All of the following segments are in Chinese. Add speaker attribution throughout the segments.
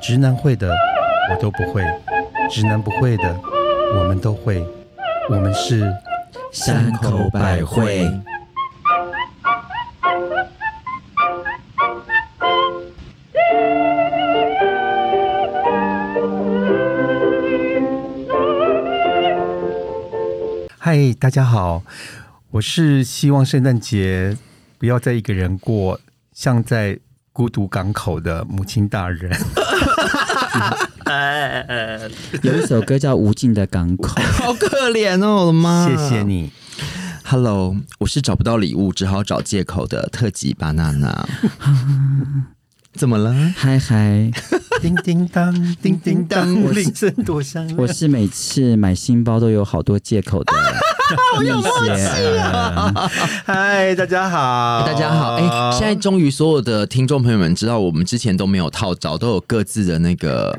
Speaker 1: 直男会的我都不会，直男不会的我们都会，我们是
Speaker 2: 山口百惠。
Speaker 1: 嗨，大家好，我是希望圣诞节不要再一个人过，像在孤独港口的母亲大人。
Speaker 2: 有一首歌叫《无尽的港口》。
Speaker 3: 好可怜哦，我的妈！
Speaker 1: 谢谢。你，
Speaker 3: Hello，我是找不到礼物，只好找借口的特级巴娜娜。 怎么了？
Speaker 2: 嗨嗨，
Speaker 1: 叮叮当，叮叮当，
Speaker 2: 我是
Speaker 1: 铃声多响亮。
Speaker 2: 我是每次买新包都有好多借口的蜜姐。
Speaker 1: 嗨，大家好，
Speaker 3: 大家好，哎、现在终于所有的听众朋友们知道，我们之前都没有套招，都有各自的那个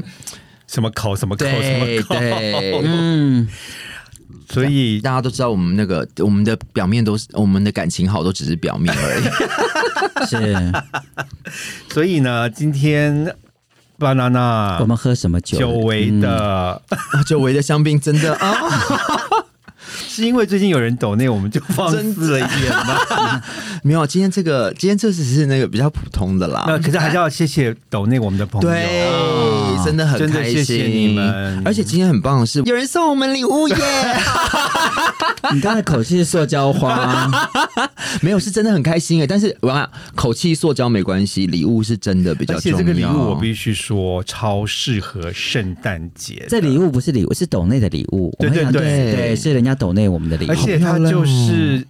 Speaker 1: 什么口什么口什么
Speaker 3: 对
Speaker 1: 口，
Speaker 3: 对，
Speaker 2: 嗯，
Speaker 1: 所以
Speaker 3: 大家都知道我们那个我们的表面都是我们的感情好，都只是表面而已。
Speaker 2: 是
Speaker 1: 所以呢，今天 banana
Speaker 2: 我们喝什么酒？
Speaker 1: 久嗯违的，
Speaker 3: 啊久违的香槟真的啊，
Speaker 1: 是因为最近有人抖内，我们就放肆了一点吧。
Speaker 3: 没有，今天这个今天这只是那个比较普通的啦。
Speaker 1: 那可是还是要谢谢抖内我们的朋友，啊
Speaker 3: 对，啊真的很
Speaker 1: 真的
Speaker 3: 开
Speaker 1: 谢
Speaker 3: 心，
Speaker 1: 谢你们
Speaker 3: 而且今天很棒的是，有人送我们礼物耶！
Speaker 2: 嗯。你刚才口气是塑胶花，
Speaker 3: 没有，是真的很开心哎耶。但是我要口气塑胶没关系，礼物是真的比较
Speaker 1: 而且
Speaker 3: 重要。
Speaker 1: 这个礼物我必须说超适合圣诞节，
Speaker 2: 这礼。物不是礼物，是抖内的礼物。
Speaker 1: 对
Speaker 2: 我们想
Speaker 1: 对对
Speaker 2: 对，是人家抖内我们的礼物
Speaker 1: 而。且它就是，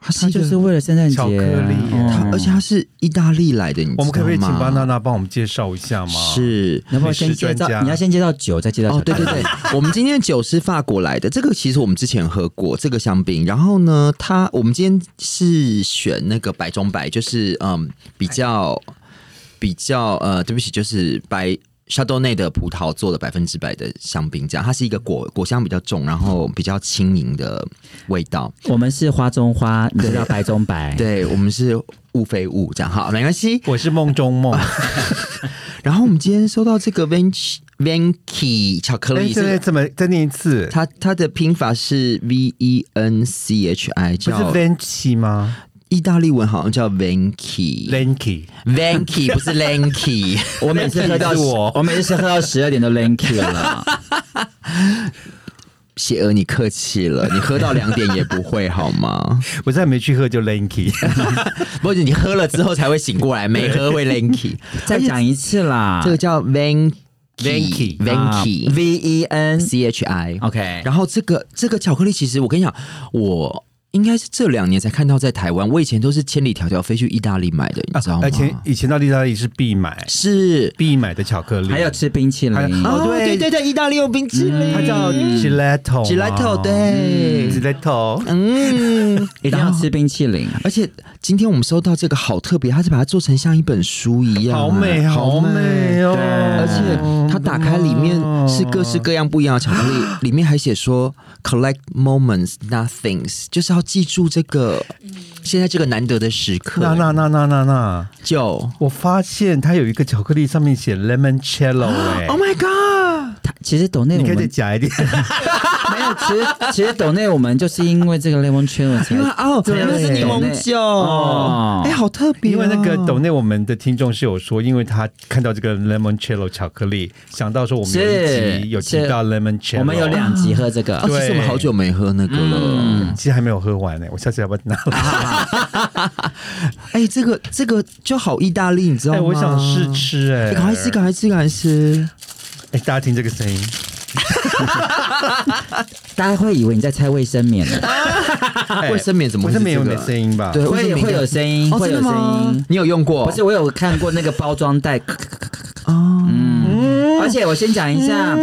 Speaker 3: 它是
Speaker 2: 他
Speaker 3: 一个
Speaker 2: 就是为了圣诞节
Speaker 1: 巧克力耶
Speaker 3: 它
Speaker 2: 嗯
Speaker 3: 而且它是意大利来的，你知道吗
Speaker 1: 我们可不可以请巴娜娜帮我们介绍一下吗？，
Speaker 3: 是。
Speaker 2: 能不能先
Speaker 1: 美食
Speaker 2: 介
Speaker 1: 专家
Speaker 2: 绍？你要先介绍酒，再介绍
Speaker 3: 哦
Speaker 2: 巧，
Speaker 3: 对
Speaker 2: 克
Speaker 3: 对
Speaker 2: 力
Speaker 3: 对， 我们今天的酒是法国来的，这个其实我们之前喝过这个香槟。然后呢，它我们今天是选那个白中白，就是嗯比较比较呃，对不起，就是白。沙豆内的葡萄做的百分之百的香槟，这样它是一个果果香比较重，然后比较轻盈的味道。
Speaker 2: 我们是花中花，你知道白中白。
Speaker 3: 对我们是物非物，这样好没关系。
Speaker 1: 我是梦中梦，
Speaker 3: 然后我们今天收到这个 Vinci Vinci 巧克力
Speaker 1: 哎，再
Speaker 3: 是
Speaker 1: 怎么再念一次？
Speaker 3: 它它的拼法是 V E N C H I，
Speaker 1: 不是
Speaker 3: 叫
Speaker 1: Vinci 吗
Speaker 3: 意大利文好像叫 Vanky，Vanky
Speaker 1: ？Lenky，
Speaker 3: 不是 Lanky。
Speaker 2: 我每次喝到
Speaker 1: 是我
Speaker 2: 我每次喝到十二点都 lanky 了。
Speaker 3: 邪恶，你客气了，你喝到两点也不会好 吗？
Speaker 1: 我再没去喝就 Lenky。
Speaker 3: 不是你喝了之后才会醒过来，没喝会 Lanky。
Speaker 2: 再讲一次啦，
Speaker 3: 这个叫
Speaker 1: Vanky，
Speaker 3: Vanky，Vanky，C
Speaker 2: V E N
Speaker 3: H I。
Speaker 2: OK，
Speaker 3: 然后这个这个巧克力，其实我跟你讲，我应该是这两年才看到在台湾，我以前都是千里迢迢飞去意大利买的，你知
Speaker 2: 啊
Speaker 3: 道吗？
Speaker 1: 而且以前到意大利是必买
Speaker 3: 是
Speaker 1: 必买的巧克力，
Speaker 2: 还有啊吃冰淇
Speaker 1: 还
Speaker 2: 淋
Speaker 1: 有，哦对
Speaker 3: 对嗯对，意大利有冰淇淋，
Speaker 1: 它叫嗯 gelato，
Speaker 3: gelato，对
Speaker 1: gelato，
Speaker 3: 嗯，
Speaker 2: 一定要吃冰淇淋。
Speaker 3: 而且今天我们收到这个好特别，它是把它做成像一本书一样，
Speaker 1: 好美
Speaker 3: 哎
Speaker 1: 好美哦！
Speaker 2: 对
Speaker 3: 而且它打开里面是各式各样不一样的巧克力，里面还写说 collect moments not things，就是要记住这个现在这个难得的时刻。
Speaker 1: 嗯那那那那那那，
Speaker 3: 就
Speaker 1: 我发现它有一个巧克力上面写 lemon cello，哎
Speaker 3: Oh，my God！
Speaker 2: 它其实抖内我
Speaker 1: 你可以
Speaker 2: 们
Speaker 1: 再夹一点，
Speaker 3: 哎
Speaker 2: 没有，其实其实抖内我们就是因为这个 lemon c h e r r
Speaker 3: 因为
Speaker 2: 才
Speaker 3: 哦，
Speaker 2: 对
Speaker 3: 那是柠檬酒，
Speaker 2: 哦
Speaker 3: 哎，好特别哦。
Speaker 1: 因为那个抖内我们的听众是有说，因为他看到这个 lemon cello 巧克力，想到说我们有一
Speaker 2: 是
Speaker 1: 集有提到 lemon cello，
Speaker 2: 我们有两集喝这个哦
Speaker 3: 啊，，其实我们好久没喝那个
Speaker 2: 嗯
Speaker 3: 了。
Speaker 1: 嗯其实还没有喝完呢，哎我下次要不要
Speaker 3: 啊
Speaker 1: 拿来？
Speaker 3: 哎，这个这个就好意大利，你知道
Speaker 1: 哎，
Speaker 3: 吗？
Speaker 1: 我想试吃哎，
Speaker 3: 哎，赶快吃，赶快吃，赶快吃！
Speaker 1: 哎，大家听这个声音，
Speaker 2: 大家会以为你在拆卫生棉呢，
Speaker 1: 哎
Speaker 3: 卫生棉怎么
Speaker 1: 卫
Speaker 3: 会
Speaker 1: 生
Speaker 3: 是
Speaker 1: 棉有
Speaker 3: 这
Speaker 1: 没
Speaker 3: 个
Speaker 1: 有声音吧？
Speaker 3: 对，卫
Speaker 2: 会
Speaker 3: 生棉
Speaker 2: 会有声音，
Speaker 3: 哦，
Speaker 2: 会
Speaker 3: 真
Speaker 2: 有
Speaker 3: 的
Speaker 2: 声
Speaker 3: 吗
Speaker 2: 音？。
Speaker 3: 你有用过？
Speaker 2: 不是，我有看过那个包装袋，咔咔咔咔咔
Speaker 3: 哦，
Speaker 2: 而且我先讲一下，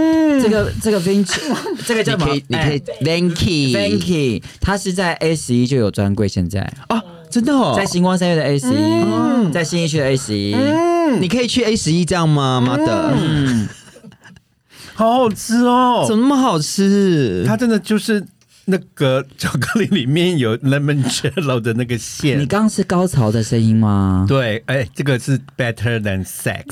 Speaker 2: 这个这个 Vinci，这 个
Speaker 3: 你
Speaker 2: 叫什么
Speaker 3: 可以，？你可以，Vanky，Vanky，
Speaker 2: 哎 Fanky，它是在 A 十一就有专柜，现在
Speaker 3: 哦，真的哦
Speaker 2: 在，星光三月的 A 十一，在新一区的 E A 十一，嗯
Speaker 3: 你可以去 A 十一这样吗？妈的，
Speaker 2: 哦
Speaker 1: 好好吃哦，
Speaker 3: 怎么那么好吃？
Speaker 1: 它真的就是那个巧克力里面有 lemon cello 的那个
Speaker 2: 你
Speaker 1: 馅。
Speaker 2: 刚刚是高潮的声音 吗？
Speaker 1: 对，哎，这个是 better than sex，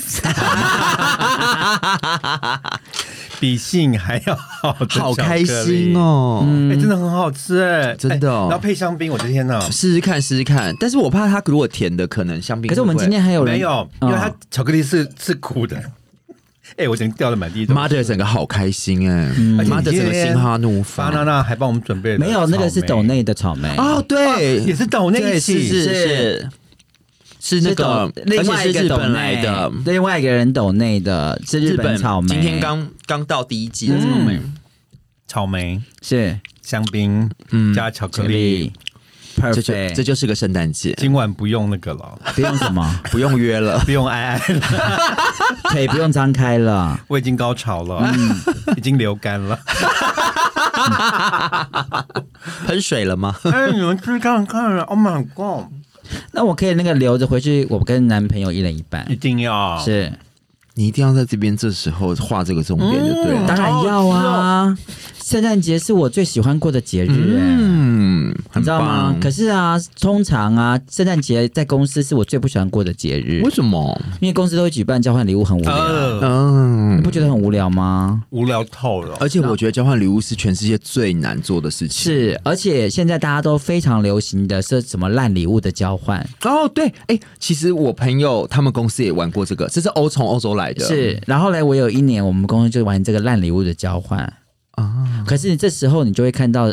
Speaker 1: 比性还要好的
Speaker 3: 好开
Speaker 1: 巧克力
Speaker 3: 心！哦！
Speaker 2: 嗯
Speaker 1: 哎、真的很好吃哎、
Speaker 3: 真的哦
Speaker 1: 哎然后配香槟，我的天哪！
Speaker 3: 试试看，试试看。但是我怕它如果甜的，可能香槟
Speaker 2: 可
Speaker 3: 会不会。
Speaker 2: 是我们今天还有人
Speaker 1: 没有，
Speaker 3: 嗯
Speaker 1: 因为它巧克力是是苦的。哎、我整个掉了满地都是。
Speaker 3: mother 整个好开心哎，mother
Speaker 2: 嗯
Speaker 3: 整个心花怒
Speaker 1: 巴娜
Speaker 3: 放。
Speaker 1: 娜还帮我们准备了
Speaker 2: 没有那个是
Speaker 1: 草
Speaker 2: 斗
Speaker 1: 莓，
Speaker 2: 内的草莓
Speaker 3: 哦，对，
Speaker 1: 也是抖那
Speaker 3: 对
Speaker 1: 一起
Speaker 3: 是是是是那个
Speaker 2: 是，另外
Speaker 3: 而且
Speaker 2: 一
Speaker 3: 是
Speaker 2: 个
Speaker 3: 日
Speaker 2: 斗
Speaker 3: 本来
Speaker 2: 内
Speaker 3: 的。
Speaker 2: 另外一个人斗内的是日本草莓，
Speaker 3: 今天刚刚到第一季的草莓，
Speaker 1: 草莓
Speaker 2: 是
Speaker 1: 香槟，加嗯巧克
Speaker 2: 巧克
Speaker 1: 力。
Speaker 2: 力
Speaker 3: 这就这
Speaker 2: ，perfect，
Speaker 3: 就是个圣诞节，
Speaker 1: 今晚不用那个 了，
Speaker 2: 不用什么
Speaker 3: 不用约了。
Speaker 1: 不用哀哀了，
Speaker 2: 腿不用张开了。
Speaker 1: 我已经高潮了，已经流干了。
Speaker 3: 喷水了吗？
Speaker 1: 哎，你们去看看，Oh my god！
Speaker 2: 那我可以那个留着回去，我跟男朋友一人一半
Speaker 1: 一，定要
Speaker 2: 是
Speaker 3: 你一定要在这边这时候画这个重点就对了。
Speaker 2: 当然要啊。圣诞节是我最喜欢过的节日，哎
Speaker 3: 嗯，
Speaker 2: 你
Speaker 3: 很
Speaker 2: 知道吗
Speaker 3: 棒？。
Speaker 2: 可是啊，通常啊，圣诞节在公司是我最不喜欢过的节日
Speaker 3: 为，什么？
Speaker 2: 因为公司都会举办交换礼物，很无聊。
Speaker 1: 呃，
Speaker 3: 嗯
Speaker 2: 你不，觉得很无聊吗？
Speaker 1: 无聊透了。
Speaker 3: 而且我觉得交换礼物是全世界最难做的事情。
Speaker 2: 是，而且现在大家都非常流行的是什么烂礼物的交换，
Speaker 3: 哦，对，哎，其实我朋友他们公司也玩过这个，这是欧从欧洲来的，
Speaker 2: 是。然后嘞，我有一年我们公司就玩这个烂礼物的交换，
Speaker 3: 啊，
Speaker 2: 可是你这时候你就会看到，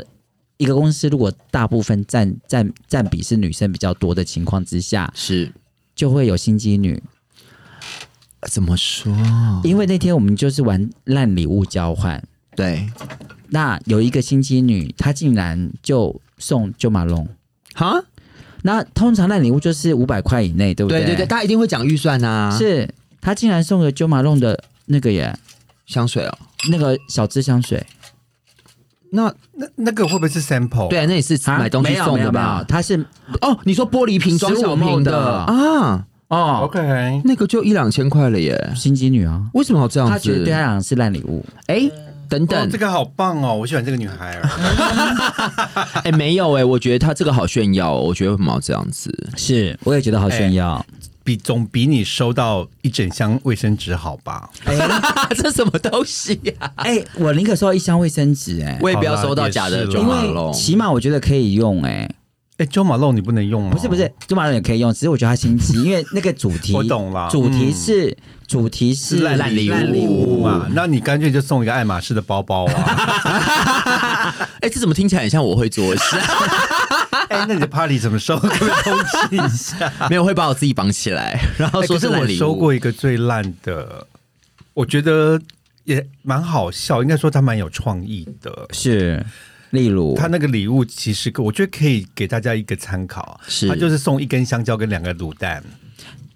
Speaker 2: 一个公司如果大部分占占占比是女生比较多的情况之下，
Speaker 3: 是
Speaker 2: 就会有心机女，
Speaker 3: 怎么说？
Speaker 2: 因为那天我们就是玩烂礼物交换，
Speaker 3: 对，
Speaker 2: 那有一个心机女，她竟然就送就马龙。
Speaker 3: 哈，
Speaker 2: 那通常烂礼物就是五百块以内，对不
Speaker 3: 对对
Speaker 2: 对
Speaker 3: 对，大家一定会讲预算啊，
Speaker 2: 是她竟然送了九马龙的那个耶，
Speaker 3: 香水哦，
Speaker 2: 那个小支香水，
Speaker 3: 那
Speaker 1: 那那个会不会是 sample？
Speaker 3: 对，啊那也是买东西送的
Speaker 2: 啊没有没有没有
Speaker 3: 吧？
Speaker 2: 它是
Speaker 3: 哦，你说玻璃瓶装小
Speaker 2: 15
Speaker 3: 瓶
Speaker 2: 梦的
Speaker 3: 啊，
Speaker 2: 哦，
Speaker 1: ，OK，
Speaker 3: 那个就一两千块了耶，
Speaker 2: 心机女啊，
Speaker 3: 为什么要这样
Speaker 2: 她觉得
Speaker 3: 子
Speaker 2: 对她？来讲是烂礼物，
Speaker 3: 哎，等
Speaker 1: 哦
Speaker 3: 等
Speaker 1: 这，个好棒哦，我喜欢这个女孩儿。
Speaker 3: 哎，没有哎，我觉得他这个好炫耀哦，我觉得为什么要这样子？
Speaker 2: 是，我也觉得好炫耀，
Speaker 1: 比总比你收到一整箱卫生纸好吧？
Speaker 3: 这什么东西呀？
Speaker 2: 哎、我宁可收到一箱卫生纸、哎，
Speaker 3: 我也不要收到假
Speaker 1: 好
Speaker 3: 的
Speaker 1: 啦
Speaker 3: 就
Speaker 1: 也
Speaker 2: 因
Speaker 1: 是啦
Speaker 3: 好了
Speaker 2: 为。起码我觉得可以用、哎，
Speaker 1: 哎，周马龙你不能用哦，
Speaker 2: 不是不是，就马龙也可以用，只是我觉得她心机，因为那个主题，
Speaker 1: 我懂了
Speaker 2: 主题是、主题是
Speaker 1: 是烂
Speaker 3: 礼物
Speaker 2: 烂礼物
Speaker 1: 嘛？那你干脆就送一个爱马仕的包包啊！
Speaker 3: 哎，这怎么听起来很像我会做的事？啊
Speaker 1: 哎， 那你的 party 什么时候可不可以通知一下？
Speaker 3: 没有，会把我自己绑起来，然后
Speaker 1: 哎
Speaker 3: 哦说
Speaker 1: 可是
Speaker 3: 烂
Speaker 1: 我
Speaker 3: 礼物
Speaker 1: 收过一个最烂的，我觉得也蛮好笑，应该说他蛮有创意的。
Speaker 2: 是，例如
Speaker 1: 他那个礼物其实我觉得可以给大家一个参考，啊
Speaker 3: 是
Speaker 1: 他就是送一根香蕉跟两个卤蛋，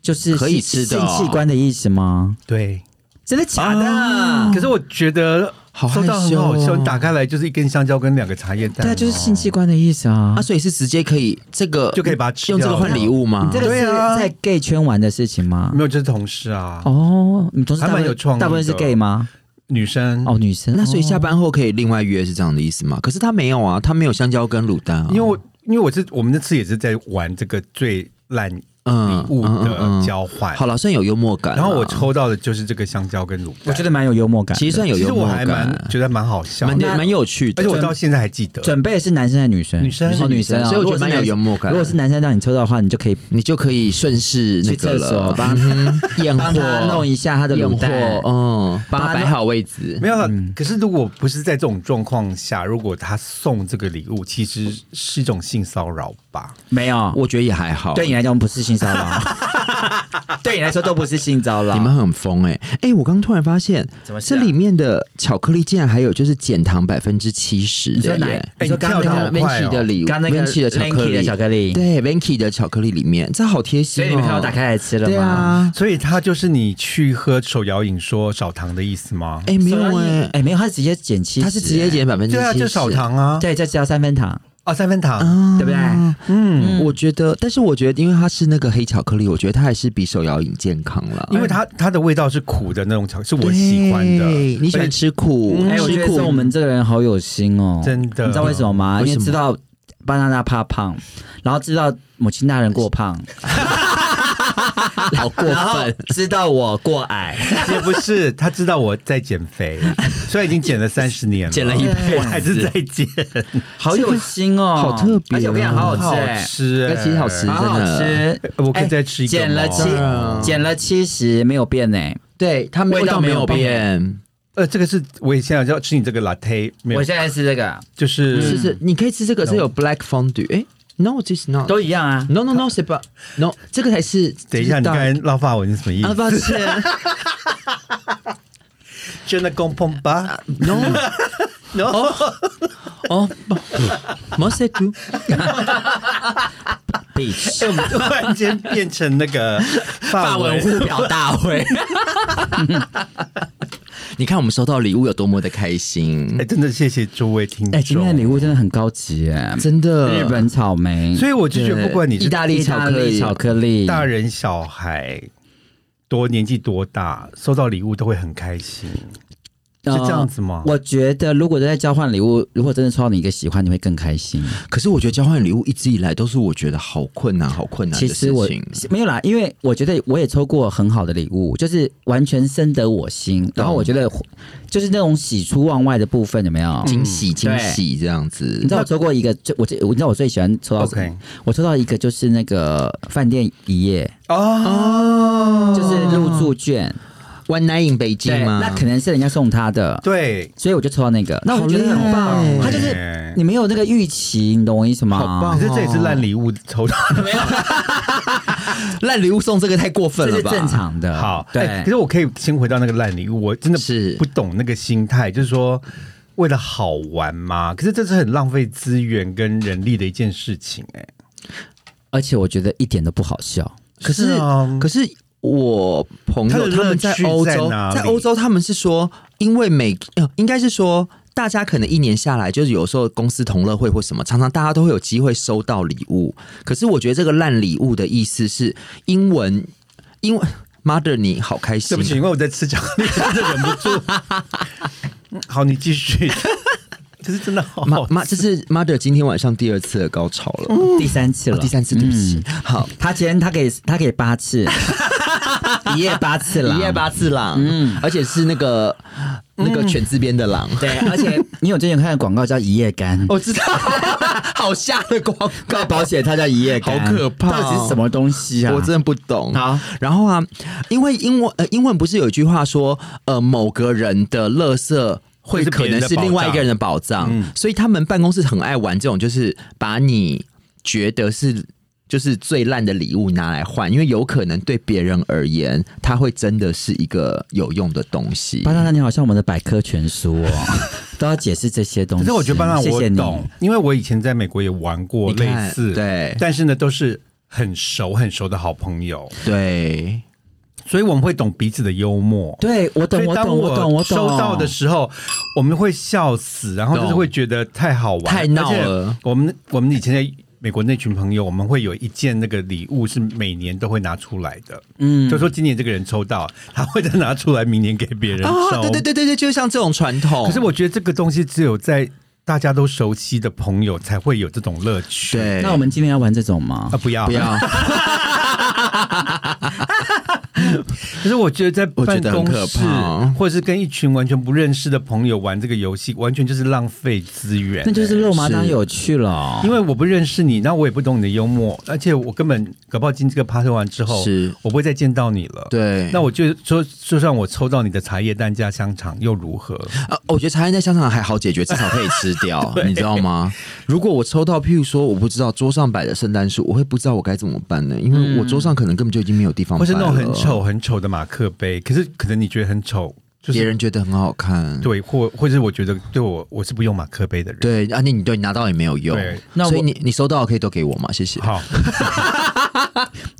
Speaker 2: 就是
Speaker 3: 可以
Speaker 2: 性
Speaker 3: 吃的哦
Speaker 2: 性器官的意思吗？啊
Speaker 1: 对。
Speaker 2: 真的假的？
Speaker 1: 啊可是我觉得
Speaker 3: 好害
Speaker 1: 收
Speaker 3: 羞哦
Speaker 1: 到很好笑，你打开来就是一根香蕉跟两个茶叶蛋，
Speaker 2: 对啊，就是性器官的意思啊
Speaker 3: 啊，。所以是直接可以这个
Speaker 1: 就可以把它吃
Speaker 3: 用这个
Speaker 1: 掉了
Speaker 3: 换礼物吗
Speaker 2: 你？这个
Speaker 1: 对
Speaker 2: 是
Speaker 1: 啊
Speaker 2: 在 gay 圈玩的事情吗？
Speaker 1: 没有，就是同事啊，
Speaker 2: 哦，你同事大部
Speaker 1: 还蛮有创意
Speaker 2: 分
Speaker 1: 的
Speaker 2: 大部分是 gay 吗？
Speaker 1: 女生。
Speaker 2: 哦，女生。
Speaker 3: 那所以下
Speaker 2: 哦
Speaker 3: 班后可以另外约是这样的意思吗？可是他没有啊，他没有香蕉跟卤蛋啊，
Speaker 1: 因为我因为我是我们那次也是在玩这个最烂礼
Speaker 3: 嗯
Speaker 1: 物的
Speaker 3: 嗯嗯
Speaker 1: 交换，
Speaker 3: 好啊了，算有幽默感啦。
Speaker 1: 然后我抽到的就是这个香蕉跟卤蛋，
Speaker 2: 我觉得蛮有幽默感的。
Speaker 3: 其实算有
Speaker 1: 其实
Speaker 3: 幽
Speaker 1: 我
Speaker 3: 默
Speaker 1: 还
Speaker 3: 感，
Speaker 1: 蛮觉得蛮好笑
Speaker 3: 蛮
Speaker 1: 的，
Speaker 3: 蛮有趣的，
Speaker 1: 而且我到现在还记得。
Speaker 2: 准备的是男生还是女生？
Speaker 1: 女生
Speaker 2: 哦，女生啊。
Speaker 3: 所以我觉得
Speaker 2: 如果是
Speaker 3: 蛮有
Speaker 2: 男
Speaker 3: 幽默感
Speaker 2: 如果是男生让你抽到的话，你就可以
Speaker 3: 你就可以顺势那
Speaker 2: 去
Speaker 3: 个
Speaker 2: 厕所
Speaker 3: 了，
Speaker 2: 帮
Speaker 3: 嗯验
Speaker 2: 帮他弄
Speaker 3: 货
Speaker 2: 一下他的
Speaker 3: 验
Speaker 2: 卤
Speaker 3: 货
Speaker 2: 蛋，。
Speaker 3: 嗯，帮
Speaker 2: 帮他
Speaker 3: 他摆好位置
Speaker 1: 没。有了，可是如果不是在这种状况下，如果他送这个礼物，其实是一种性骚扰吧？
Speaker 2: 没有，
Speaker 3: 我觉得也还好，
Speaker 2: 对你来讲不是性骚扰，对你来说都不是性骚扰。
Speaker 3: 你们很疯哎、欸、哎、我刚突然发现
Speaker 2: 怎么，是
Speaker 3: 这
Speaker 2: 啊
Speaker 3: 里面的巧克力竟然还有就是减糖百分之七十
Speaker 2: 你说
Speaker 3: 的
Speaker 2: 哪
Speaker 3: 耶！
Speaker 2: 你说刚
Speaker 1: 哎
Speaker 2: 刚
Speaker 1: 你跳得好
Speaker 2: 那个
Speaker 1: 快哦
Speaker 3: Vinci 的礼物，
Speaker 2: 刚那个
Speaker 3: Vinci 的巧克
Speaker 2: Linky 的
Speaker 3: 力，
Speaker 2: 巧克力
Speaker 3: 对 Vinci 的巧克力里面，这好贴心、
Speaker 2: 所
Speaker 3: 哦。
Speaker 2: 以你们看我打开来吃了吗？
Speaker 3: 对，啊，
Speaker 1: 所以他就是你去喝手摇饮说少糖的意思吗？
Speaker 3: 哎、没有哎、
Speaker 2: 哎，没有，他直接减七，
Speaker 3: 它是直接，减百分之
Speaker 1: 对
Speaker 3: 七
Speaker 1: 啊，
Speaker 3: 十，
Speaker 1: 就少糖啊，
Speaker 2: 对，再加三分糖，
Speaker 1: 啊三分糖，
Speaker 2: 对不对？
Speaker 1: 嗯，
Speaker 3: 我觉得，但是我觉得，因为它是那个黑巧克力，我觉得它还是比手摇饮健康了。
Speaker 1: 因为它它的味道是苦的那种巧，是我喜欢的。
Speaker 3: 对你喜
Speaker 1: 而且
Speaker 3: 欢吃苦，
Speaker 2: 哎，我觉
Speaker 3: 吃
Speaker 2: 得
Speaker 3: 苦
Speaker 2: 送我们这个人好有心哦，
Speaker 1: 真的
Speaker 2: 你知道为什么吗？
Speaker 3: 为什
Speaker 2: 因为
Speaker 3: 么
Speaker 2: 知道巴娜娜怕胖，然后知道母亲大人过胖，
Speaker 3: 好
Speaker 2: 好过
Speaker 3: 然后
Speaker 2: 分，
Speaker 3: 知道我过矮，
Speaker 1: 也不是，他知道我在减肥，虽然已经减了三十年了，
Speaker 3: 减了一辈子
Speaker 1: 我还是在减，
Speaker 3: 好有
Speaker 2: 心哦，
Speaker 3: 好特别哦
Speaker 2: 而且我跟你讲，好
Speaker 1: 好
Speaker 2: 好吃、欸，
Speaker 1: 吃、欸，
Speaker 3: 那其实好吃
Speaker 2: 好好吃哎
Speaker 1: 呃，我可以再吃一个吗
Speaker 2: 减了
Speaker 1: 当然
Speaker 3: 啊
Speaker 2: 七，减了七十没有变呢、
Speaker 3: 对它
Speaker 2: 味
Speaker 3: 味
Speaker 2: 道
Speaker 3: 道
Speaker 2: 没
Speaker 3: 没
Speaker 2: 有嗯
Speaker 3: 有变。
Speaker 1: 呃，这个是我以前要吃你这个 latte，没有
Speaker 2: 我，现在吃这个
Speaker 1: 就是、
Speaker 3: 是是，你可以吃这个，这有 black fondue。哎，no this is not。
Speaker 2: 都一样啊。
Speaker 3: No no no，是吧？No，这个才是。
Speaker 1: 等一下，你
Speaker 3: 这
Speaker 1: 刚
Speaker 3: 是
Speaker 1: 才拉法文是什么意
Speaker 3: dark 啊，
Speaker 1: 思？
Speaker 3: 抱歉。
Speaker 1: 真的公碰吧？
Speaker 3: No
Speaker 1: No
Speaker 3: 哦，毛塞姑。
Speaker 2: Beach
Speaker 1: 哎我们突然间变成那个法
Speaker 2: 法文互表大会，
Speaker 3: 你看我们收到礼物有多么的开心
Speaker 1: 哎、，真的谢谢诸位听众。
Speaker 2: 哎、今天的礼物真的很高级哎、
Speaker 3: 真的。
Speaker 2: 日本草莓，
Speaker 1: 所以我就觉得，不管你
Speaker 3: 意
Speaker 1: 是
Speaker 3: 大利巧克力
Speaker 2: 巧克力，
Speaker 1: 大人小孩，多年纪多大，收到礼物都会很开心，是这样子吗？
Speaker 2: 呃我觉得如果在交换礼物，如果真的抽到你一个喜欢，你会更开心。
Speaker 3: 可是我觉得交换礼物一直以来都是我觉得好困难、好困难
Speaker 2: 其
Speaker 3: 的事
Speaker 2: 实我
Speaker 3: 情。
Speaker 2: 没有啦，因为我觉得我也抽过很好的礼物，就是完全深得我心。然后我觉得就是那种喜出望外的部分，有没有？
Speaker 3: 惊喜惊
Speaker 2: 嗯对
Speaker 3: 喜这样子
Speaker 2: 你知，道我抽过一个，最我最我知道我最喜欢抽到什么
Speaker 1: OK
Speaker 2: 我抽到一个就是那个饭店一夜，
Speaker 1: 哦，
Speaker 2: 就是入住券，
Speaker 3: One Night in 北京
Speaker 2: 对，
Speaker 3: 吗？
Speaker 2: 那可能是人家送他的，
Speaker 1: 对，
Speaker 2: 所以我就抽到那个，那我就觉得很
Speaker 3: 好
Speaker 2: 棒
Speaker 3: 厉害，
Speaker 2: 他就是你没有那个预期，你懂我意思吗？
Speaker 3: 好
Speaker 1: 可
Speaker 3: 棒
Speaker 1: 是这也是烂礼物抽到。
Speaker 3: 烂礼物送这个太过分
Speaker 2: 这
Speaker 3: 了
Speaker 2: 是
Speaker 3: 吧？
Speaker 2: 正常的，
Speaker 1: 好，
Speaker 2: 对。
Speaker 1: 哎可是我可以先回到那个烂礼物，我真的
Speaker 3: 嗯是
Speaker 1: 不懂那个心态，就是说为了好玩嘛，可是这是很浪费资源跟人力的一件事情、哎，
Speaker 2: 而且我觉觉得一点都不好笑，
Speaker 3: 可是，
Speaker 1: 是啊
Speaker 3: 可是我朋
Speaker 1: 它的
Speaker 3: 友
Speaker 1: 乐
Speaker 3: 他们在
Speaker 1: 趣
Speaker 3: 欧
Speaker 1: 在
Speaker 3: 洲，
Speaker 1: 哪
Speaker 3: 在
Speaker 1: 里
Speaker 3: 欧洲他们是说，因为每呃应该是说。大家可能一年下来，就是有时候公司同乐会或什么，常常大家都会有机会收到礼物。可是我觉得这个烂礼物的意思是英文，英文 mother 你好开心，
Speaker 1: 对不起，因为我在吃巧克力，真的忍不住。 嗯好，你继续。就是真的好
Speaker 3: 妈
Speaker 1: 好，
Speaker 3: 妈，这是 mother 今天晚上第二次的高潮
Speaker 1: 嗯
Speaker 3: 了，
Speaker 2: 第三次了，
Speaker 3: 第三次，对不起。好，
Speaker 2: 他今天他给他给八次，一夜八次了，
Speaker 3: 一夜。八次郎，嗯，而且是那个那
Speaker 1: 嗯
Speaker 3: 个犬字边的狼，
Speaker 2: 对，而且你有之前有看的广告叫一夜干，
Speaker 3: 我知道， 好吓的广告
Speaker 2: 卖，保险它叫一夜干，
Speaker 3: 好可怕哦
Speaker 2: 到底是什么东西啊？
Speaker 3: 我真的不懂。
Speaker 2: 好，
Speaker 3: 然后啊，因为英文呃，英文不是有一句话说，呃，某个人的垃圾。会
Speaker 1: 就是
Speaker 3: 可
Speaker 1: 别人的
Speaker 3: 能是
Speaker 1: 宝
Speaker 3: 另外一
Speaker 1: 藏
Speaker 3: 个人的宝藏，所以他们办公室很爱玩这种，就是把你觉得是就是最烂的礼物拿来换，因为有可能对别人而言，它会真的是一个有用的东西
Speaker 2: 巴。娜娜，你好像我们的百科全书哦， 都要解释这些东西。
Speaker 1: 可是我觉得班纳
Speaker 2: 谢
Speaker 1: 我
Speaker 2: 谢你
Speaker 1: 懂，因为我以前在美国也玩过
Speaker 3: 你
Speaker 1: 类
Speaker 3: 看
Speaker 1: 似，
Speaker 3: 对
Speaker 1: 但是呢都是很熟很熟的好朋友，
Speaker 3: 对，
Speaker 1: 所以我们会懂彼此的幽默。
Speaker 2: 对我
Speaker 1: 所
Speaker 2: 懂，
Speaker 1: 以
Speaker 2: 我
Speaker 1: 当
Speaker 2: 懂，我懂，我懂。
Speaker 1: 收到的时候，我们会笑死，然后就是
Speaker 3: 懂
Speaker 1: 会觉得太好玩，
Speaker 3: 太闹了
Speaker 1: 而且我们我们以前在美国那群朋友，我们会有一件那个礼物是每年都会拿出来的，嗯，就说今年这个人抽到，他会再拿出来，明年给别 人
Speaker 3: 啊，
Speaker 1: 抽。
Speaker 3: 对对对对对，就像这种传统。
Speaker 1: 可是我觉得这个东西只有在大家都熟悉的朋友才会有这种乐趣。
Speaker 3: 对，
Speaker 2: 那我们今天要玩这种吗
Speaker 1: 啊，？不要
Speaker 3: 不。要
Speaker 1: 可是我觉得在
Speaker 3: 我觉
Speaker 1: 办
Speaker 3: 得很
Speaker 1: 公
Speaker 3: 可
Speaker 1: 室
Speaker 3: 怕，
Speaker 1: 或者是跟一群完全不认识的朋友玩这个游戏，完全就是浪费资源、
Speaker 2: 那就是肉麻当
Speaker 3: 是
Speaker 2: 有趣了，
Speaker 1: 因为我不认识你，那我也不懂你的幽默，而且我根本搞不好今这个 party 完之后，
Speaker 3: 是
Speaker 1: 我不会再见到你了。，
Speaker 3: 对。
Speaker 1: 那我就说，就算我抽到你的茶叶蛋加香肠又如何？
Speaker 3: 啊，我觉得茶叶在香肠还好解决，至少可以吃 掉，你知道吗？如果我抽到，譬如说我不知道桌上摆的圣诞树，我会不知道我该怎么办呢？因为我桌上可能根本就已经没有地方摆
Speaker 1: 或嗯
Speaker 3: 了，
Speaker 1: 是那种很，丑很丑的马克杯，可是可能你觉得很丑，就
Speaker 3: 别
Speaker 1: 是
Speaker 3: 人觉得很好看，
Speaker 1: 对，或或者我觉得对我我是不用马克杯的人。
Speaker 3: 对，啊，那你对你拿到也没有用
Speaker 1: 对，
Speaker 2: 那我
Speaker 3: 所以你你收到的可以都给我嘛，谢谢。
Speaker 1: 好，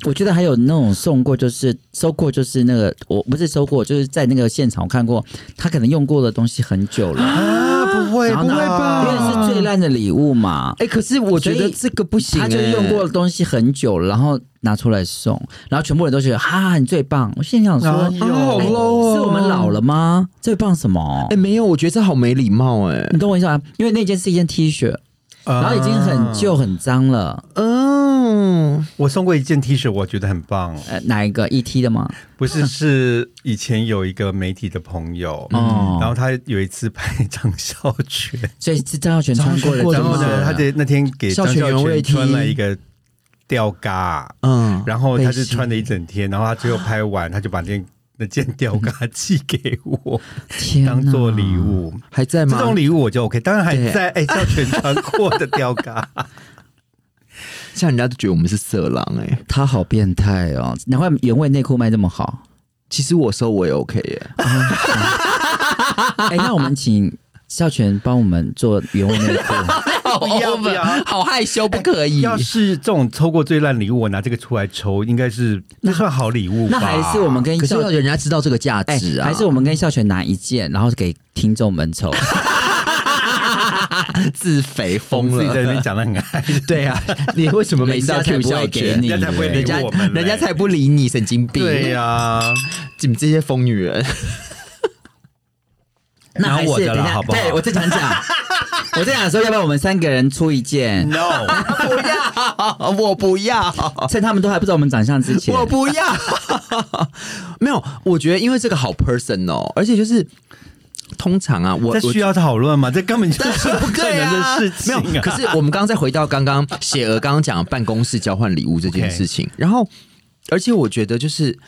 Speaker 2: 我觉得还有那种送过，就是收过，就是那个我不是收过，就是在那个现场我看过，他可能用过的东西很久了，
Speaker 1: 啊，不会
Speaker 2: 然后拿因为是最烂的礼物嘛。
Speaker 3: 哎，可是我觉
Speaker 2: 所
Speaker 3: 得
Speaker 2: 以
Speaker 3: 这个不行，哎
Speaker 2: 他就是用过的东西很久了，然后拿出来送，然后全部人都觉得哈、你最棒。我心里想说，
Speaker 1: 哪
Speaker 2: 哎
Speaker 1: 有
Speaker 3: 啊，好 low 哦，
Speaker 2: 是我们老了吗？最棒什么？
Speaker 3: 哎，没有，我觉得这好没礼貌哎
Speaker 2: 你，懂我意思吗？因为那件是一件 T 恤，然后已经很旧很脏了，
Speaker 3: 嗯，哦，
Speaker 1: 我送过一件 T 恤，我觉得很棒，
Speaker 2: 呃，哪一个 ET 的吗？
Speaker 1: 不是是以前有一个媒体的朋友，
Speaker 2: 哦
Speaker 1: 然后他有一次拍张孝 全，
Speaker 2: 所以是张耀全穿过的
Speaker 3: 张
Speaker 2: 这
Speaker 1: 然
Speaker 3: 耀全
Speaker 1: 后
Speaker 2: 么
Speaker 3: 过的
Speaker 1: 呢，他的那天给
Speaker 3: 孝
Speaker 1: 张
Speaker 3: 全
Speaker 1: 孝
Speaker 3: 原
Speaker 1: 全
Speaker 3: 味梯
Speaker 1: 穿了一个吊嘎，
Speaker 3: 嗯，
Speaker 1: 然后他是
Speaker 3: 背心
Speaker 1: 穿了一整天，然后他最后拍完，他就把那件那件吊嘎寄给我
Speaker 2: 天哪
Speaker 1: 当做礼物。
Speaker 3: 还在
Speaker 1: 这
Speaker 3: 吗？
Speaker 1: 种礼物我就 OK，当然还
Speaker 3: 对
Speaker 1: 在哎，孝全穿过的吊 嘎，
Speaker 3: 像人家都觉得我们是色狼哎、
Speaker 2: 他好变态哦，难怪原味内裤卖这么 好。
Speaker 3: 其实我收我也 OK 耶、
Speaker 2: 哎、那我们请孝全帮我们做原味内裤。
Speaker 3: 好
Speaker 1: 不要 over，不要
Speaker 3: 好害羞，不可以
Speaker 1: 要是这种抽过最烂礼物，我拿这个出来抽，应该是那算好礼物吧？
Speaker 2: 那还是我们跟
Speaker 3: 可是
Speaker 2: 孝
Speaker 3: 要人家知道这个价
Speaker 2: 哎、
Speaker 3: 值啊，
Speaker 2: 还是我们跟孝全拿一件，然后给听众们 抽。
Speaker 3: 自肥
Speaker 1: 我们
Speaker 3: 疯
Speaker 1: 自己在那
Speaker 3: 了。
Speaker 1: 边讲的很爱，
Speaker 3: 对啊，你为什么每次要
Speaker 2: 人家才
Speaker 3: Q
Speaker 2: 不
Speaker 3: 小
Speaker 2: 会
Speaker 3: 姐
Speaker 2: 给你
Speaker 1: 人家才不会理
Speaker 3: 人家
Speaker 1: 我们嘞
Speaker 3: 人家才不理你，神经病！
Speaker 1: 对呀、
Speaker 3: 你们这些疯女人，
Speaker 2: 那还
Speaker 1: 拿
Speaker 2: 是
Speaker 1: 我的啦
Speaker 2: 等一下
Speaker 1: 好不好
Speaker 2: 对我正想讲， 我正想说，要不然我们三个人出一件，
Speaker 1: No，
Speaker 3: 不要， 我不要，
Speaker 2: 趁他们都还不知道我们长相之 前，
Speaker 3: 我不要。 没有，我觉得因为这个好 person 哦，而且就是通常啊， 我
Speaker 1: 这
Speaker 3: 我
Speaker 1: 需要讨论吗？这根本就是不可 能的事情、啊。
Speaker 3: 没有，可是我们刚刚再回到刚刚雪儿刚刚讲办公室交换礼物这件
Speaker 1: OK
Speaker 3: 事情然后而且我觉得就是。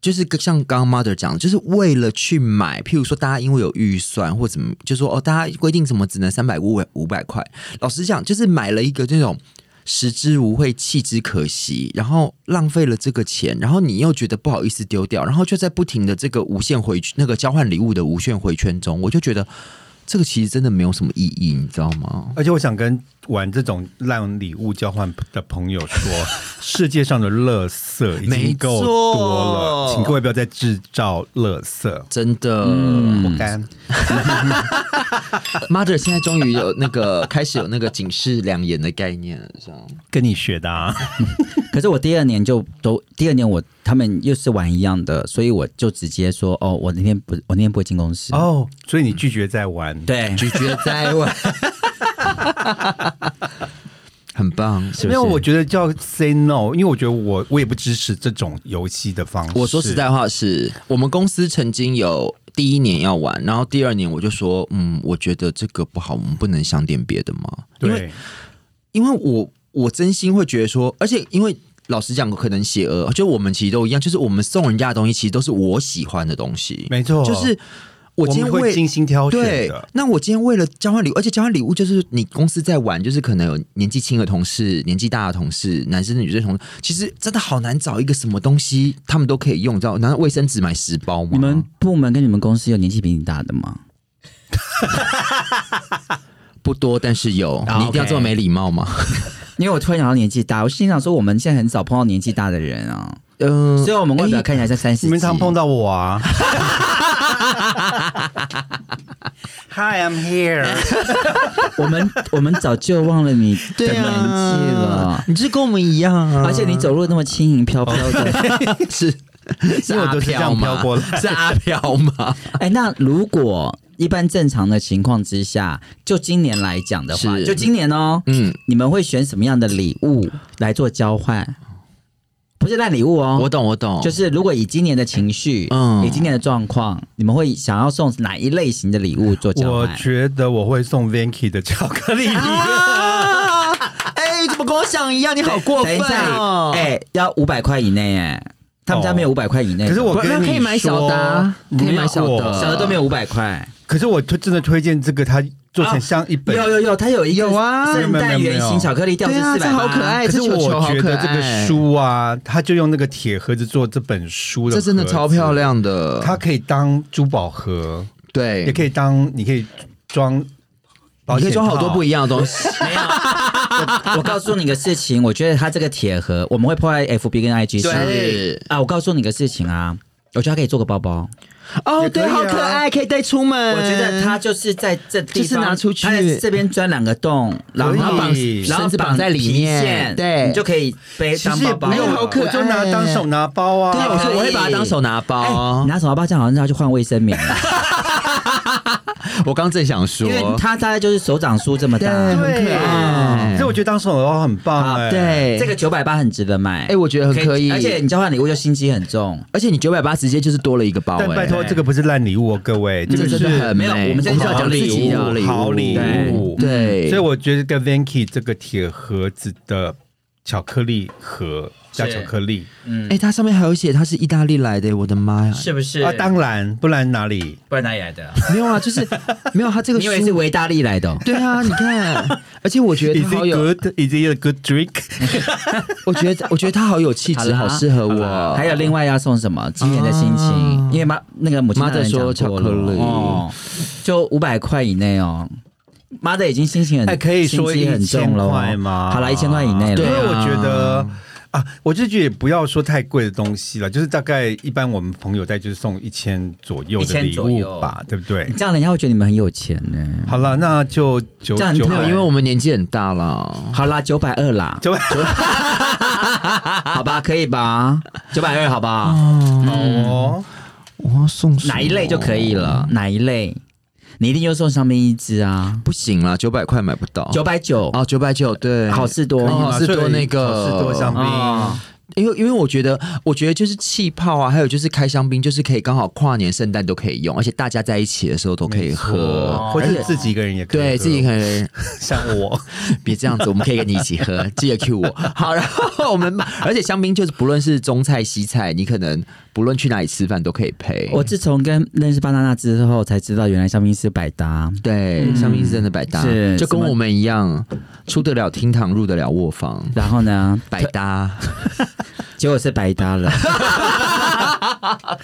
Speaker 3: 就是像刚刚 mother 讲的，就是为了去买，譬如说大家因为有预算或怎么，就说哦，大家规定什么只能三百五五百块。老实讲，就是买了一个这种食之无味，弃之可惜，然后浪费了这个钱，然后你又觉得不好意思丢掉，然后就在不停的这个无限回那个交换礼物的无限回圈中，我就觉得这个其实真的没有什么意义，你知道吗？
Speaker 1: 而且我想跟玩这种烂礼物交换的朋友 说，世界上的垃圾已
Speaker 3: 没
Speaker 1: 经够多
Speaker 3: 错
Speaker 1: 了，请各位不要再制造垃圾。
Speaker 3: 真的、嗯
Speaker 1: 不干，
Speaker 3: m o t h e r 现在终于有那个开始有那个警示良言的概念了， 这样
Speaker 1: 跟你学的啊！
Speaker 2: 可是我第二年就都第二年我他们又是玩一样的，所以我就直接说哦，我那天不我那天不会进公司。
Speaker 1: 哦，所以你拒绝再玩，
Speaker 2: 对，
Speaker 3: 咀嚼在外，很棒。
Speaker 2: 是不
Speaker 1: 没
Speaker 2: 是
Speaker 1: 有，我觉得叫 say no，因为我觉得我我也不支持这种游戏的方式。
Speaker 3: 我说实在话是，我们公司曾经有第一年要玩，然后第二年我就说，嗯，我觉得这个不好，我们不能想点别的吗？因为
Speaker 1: 对，
Speaker 3: 因为我我真心会觉得说，而且因为老实讲，可能写鹅，就我们其实都一样，就是我们送人家的东西，其实都是我喜欢的东西，
Speaker 1: 没错，
Speaker 3: 就是我今天
Speaker 1: 们会
Speaker 3: 为
Speaker 1: 精心挑选
Speaker 3: 对
Speaker 1: 的，，
Speaker 3: 那我今天为了交换礼物，而且交换礼物就是你公司在玩，就是可能有年纪轻的同事、年纪大的同事、男生女生同事，其实真的好难找一个什么东西他们都可以用，你知道？难道卫生纸买十包吗？
Speaker 2: 你们部门跟你们公司有年纪比你大的吗？
Speaker 3: 不多，但是有，
Speaker 1: 啊
Speaker 3: 你一定要
Speaker 1: OK
Speaker 3: 这么没礼貌吗？
Speaker 2: 因为我突然想到年纪大，我心想说我们现在很少碰到年纪大的人啊，
Speaker 3: 嗯、
Speaker 2: 所以我们外表看起来像三十。
Speaker 1: 你们常碰到哎我啊。Hi, I'm here。
Speaker 2: 我们，我们早就忘了你 的
Speaker 3: 对
Speaker 2: 年纪
Speaker 3: 啊
Speaker 2: 了，，
Speaker 3: 你就是跟我们一样啊，
Speaker 2: 而且你走路那么轻盈飘飘的。 啊
Speaker 3: 是
Speaker 1: 哦
Speaker 3: 是
Speaker 1: 因为我
Speaker 3: 阿
Speaker 1: 都是这
Speaker 3: 飘
Speaker 1: 样
Speaker 3: 吗？
Speaker 1: 飘过来
Speaker 3: 是阿飘吗？
Speaker 2: 哎，那如果一般正常的情况之下，就今年来讲的话，
Speaker 3: 是
Speaker 2: 就今年哦，
Speaker 3: 嗯，
Speaker 2: 你们会选什么样的礼物来做交换？不是烂礼物哦，
Speaker 3: 我懂，我懂，
Speaker 2: 就是如果以今年的情绪，
Speaker 3: 嗯
Speaker 2: 嗯，以今年的状况，你们会想要送哪一类型的礼物做交
Speaker 1: 我
Speaker 2: 换？
Speaker 1: 觉得我会送 Vanky 的巧克力礼 物。
Speaker 3: 啊！哎、怎么跟我想一样？你好过
Speaker 2: 等
Speaker 3: 分
Speaker 2: 一下
Speaker 3: 哦！，
Speaker 2: 哎、要五百块以内哎，他们家没有五百块以内的，
Speaker 1: 可是我
Speaker 3: 不
Speaker 1: 跟
Speaker 3: 那
Speaker 1: 你
Speaker 3: 可以买小的啊
Speaker 1: 说
Speaker 3: 可以买小的
Speaker 1: 如果
Speaker 2: 小的都没有五百块。
Speaker 1: 可是我推真的推荐这个，它做成像一本。
Speaker 2: 有有有，它有一个
Speaker 3: 有啊
Speaker 2: 圣诞圆形巧克力吊
Speaker 3: 对
Speaker 2: 是
Speaker 3: 啊，
Speaker 2: 四
Speaker 3: 这
Speaker 2: 百，
Speaker 3: 好可爱，
Speaker 1: 可
Speaker 3: 这
Speaker 1: 是
Speaker 3: 球球
Speaker 1: 我
Speaker 3: 好
Speaker 1: 觉
Speaker 3: 可
Speaker 1: 得这个
Speaker 3: 爱，
Speaker 1: 书啊，它就用那个铁盒子做这本书的，
Speaker 3: 这真的超漂。亮的。
Speaker 1: 它可以当珠宝盒，
Speaker 3: 对，
Speaker 1: 也可以当，你可以装保
Speaker 3: 你可
Speaker 1: 险
Speaker 3: 以
Speaker 1: 套，
Speaker 3: 装好多不一样的东西。
Speaker 2: 没有。 我我告诉你个事情，我觉得它这个铁盒我们会破在 FB 跟 IG 上
Speaker 3: 对
Speaker 2: 啊。我告诉你个事情啊，我觉得它可以做个包包。
Speaker 3: 哦，
Speaker 1: 也可以
Speaker 3: 对，
Speaker 1: 啊
Speaker 3: 好可爱，可以带出门。
Speaker 2: 我觉得它呃就是在这地方，
Speaker 3: 就是拿出去
Speaker 2: 它在这边钻两个洞，然后
Speaker 1: 可以
Speaker 2: 绑，然
Speaker 3: 绳
Speaker 2: 后
Speaker 3: 子绑在里
Speaker 2: 皮
Speaker 3: 面
Speaker 2: 线
Speaker 3: 对
Speaker 2: 你就可以背
Speaker 1: 其
Speaker 2: 当
Speaker 1: 实
Speaker 2: 包
Speaker 1: 也
Speaker 2: 包啊
Speaker 1: 不用
Speaker 2: 了。
Speaker 3: 哎好可爱
Speaker 1: 我就拿当手拿包啊。
Speaker 3: 对，我
Speaker 2: 可
Speaker 3: 说
Speaker 2: 以
Speaker 3: 我会把它当手拿
Speaker 2: 哎
Speaker 3: 包
Speaker 2: 啊 你。拿手包包这样好像要去换卫生棉了，
Speaker 3: 我刚正想说
Speaker 2: 因，为它大概就是手掌书这么大，
Speaker 1: 对，所以我觉得当手摇很棒哎、
Speaker 2: 啊，
Speaker 3: 对
Speaker 2: 这个九百八很值得买，
Speaker 3: 哎，我觉得很可以，
Speaker 2: 而且你交换礼物就心机很重。
Speaker 3: 而且你九百八直接就是多了一个包，
Speaker 1: 但拜
Speaker 3: 哎，
Speaker 1: 托，这个不是烂礼物哦，各位，这
Speaker 3: 嗯这
Speaker 1: 个
Speaker 3: 个
Speaker 1: 是
Speaker 3: 真的很
Speaker 2: 没有
Speaker 3: 美
Speaker 2: 我们现在是要讲
Speaker 3: 自己
Speaker 2: 礼物嗯
Speaker 3: 的
Speaker 1: 好礼物
Speaker 3: 对，
Speaker 1: 所以我觉得跟 Vanky 这个铁盒子的巧克力盒加
Speaker 2: 是
Speaker 1: 巧克力
Speaker 2: 嗯
Speaker 3: 哎，，它上面还有写它是意大利来的，我的妈呀！
Speaker 2: 是不是？
Speaker 1: 啊，当然，不然哪里？
Speaker 2: 不然哪里来的？
Speaker 3: 没有啊，就是 没有它这个
Speaker 2: 你以为是
Speaker 3: 书，
Speaker 2: 维大利来的哦？
Speaker 3: 对 啊，你看，而且我觉得
Speaker 1: Is
Speaker 3: 它
Speaker 1: it
Speaker 3: 好有，
Speaker 1: good? Is it a good drink?
Speaker 3: 我觉得我觉得它好有气质，好适合我。
Speaker 2: 还有另外要送什么？今年的心情
Speaker 3: 啊，
Speaker 2: 因为妈那个母亲大人讲过了
Speaker 3: 妈的说巧克力
Speaker 2: 哦，就五百块以内哦。妈的已经心情很，
Speaker 1: 哎可以说
Speaker 2: 心机嗯很重了
Speaker 1: 1000
Speaker 2: 哦
Speaker 1: 块吗
Speaker 2: 好了，一千块以内
Speaker 1: 因为
Speaker 2: 了。
Speaker 3: 对
Speaker 1: 我
Speaker 3: 啊
Speaker 1: 觉得啊，我就觉得也不要说太贵的东西了，就是大概一般我们朋友在就是送一千左右的
Speaker 2: 1000
Speaker 1: 礼
Speaker 2: 左
Speaker 1: 物
Speaker 2: 右
Speaker 1: 吧，对不对
Speaker 2: 你？这样人家会觉得你们很有钱呢。
Speaker 1: 好了，那就九
Speaker 2: 这样
Speaker 1: 九
Speaker 2: 很
Speaker 1: 百
Speaker 3: 没有，因为我们年纪很大了。
Speaker 2: 好啦，九百二啦，
Speaker 1: 九百
Speaker 2: 好吧，可以吧？九百二，好不好？
Speaker 1: 好哦，
Speaker 3: 我要送什么
Speaker 2: 哪一类就可以了？哪一类？你一定又送上面一只啊，
Speaker 3: 不行啦，九百块买不到。
Speaker 2: 九百九
Speaker 3: 哦，九百九，对，
Speaker 2: 好事多
Speaker 3: 可以
Speaker 1: 好
Speaker 3: 哦
Speaker 1: 啦
Speaker 3: 是
Speaker 1: 所以
Speaker 3: 多那
Speaker 1: 好
Speaker 3: 个
Speaker 1: 事多香槟。
Speaker 2: 哦
Speaker 3: 因为因为我觉得，我觉得就是气泡啊，还有就是开香槟，就是可以刚好跨年、圣诞都可以用，而且大家在一起的时候都可以
Speaker 1: 没
Speaker 3: 喝。
Speaker 1: 错或者自己一个人也可以喝，
Speaker 3: 对自己可能
Speaker 1: 像我，
Speaker 3: 别这样子，我们可以跟你一起喝，记得 Q 我。好，然后我们买，而且香槟就是不论是中菜西菜，你可能不论去哪里吃饭都可以配。
Speaker 2: 我自从跟认识巴娜娜之后，才知道原来香槟是百搭。
Speaker 3: 对香槟是真的百搭，
Speaker 2: 是
Speaker 3: 就跟
Speaker 2: 什么
Speaker 3: 我们一样，出得了厅堂，入得了卧房，
Speaker 2: 然后呢，
Speaker 3: 百搭。
Speaker 2: 结果是百搭 了。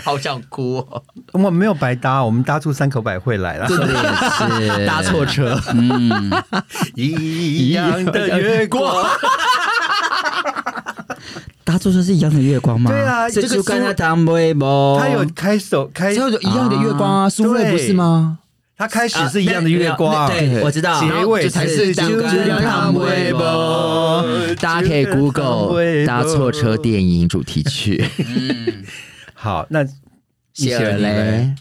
Speaker 3: 好想哭、哦，
Speaker 1: 我没有白搭，我们搭出三口百惠来了。
Speaker 2: 对，是
Speaker 3: 搭错车。
Speaker 1: 一样的月光，
Speaker 2: 搭错车是一样的月光吗？
Speaker 1: 对啊
Speaker 2: 是
Speaker 1: 这个
Speaker 2: 猪肝的汤杯不？
Speaker 1: 他有开手开，
Speaker 3: 哎就一样的月光啊，苏芮
Speaker 1: 对
Speaker 3: 不是吗？
Speaker 1: 他开始是一样的月光，
Speaker 2: 啊那那对，我知道。
Speaker 1: 结尾才是
Speaker 2: 然后
Speaker 1: 就
Speaker 2: 就
Speaker 1: 就让他微博
Speaker 3: 大家可以 Google 搭错车电影主题曲，
Speaker 1: 好，那
Speaker 3: 谢尔雷，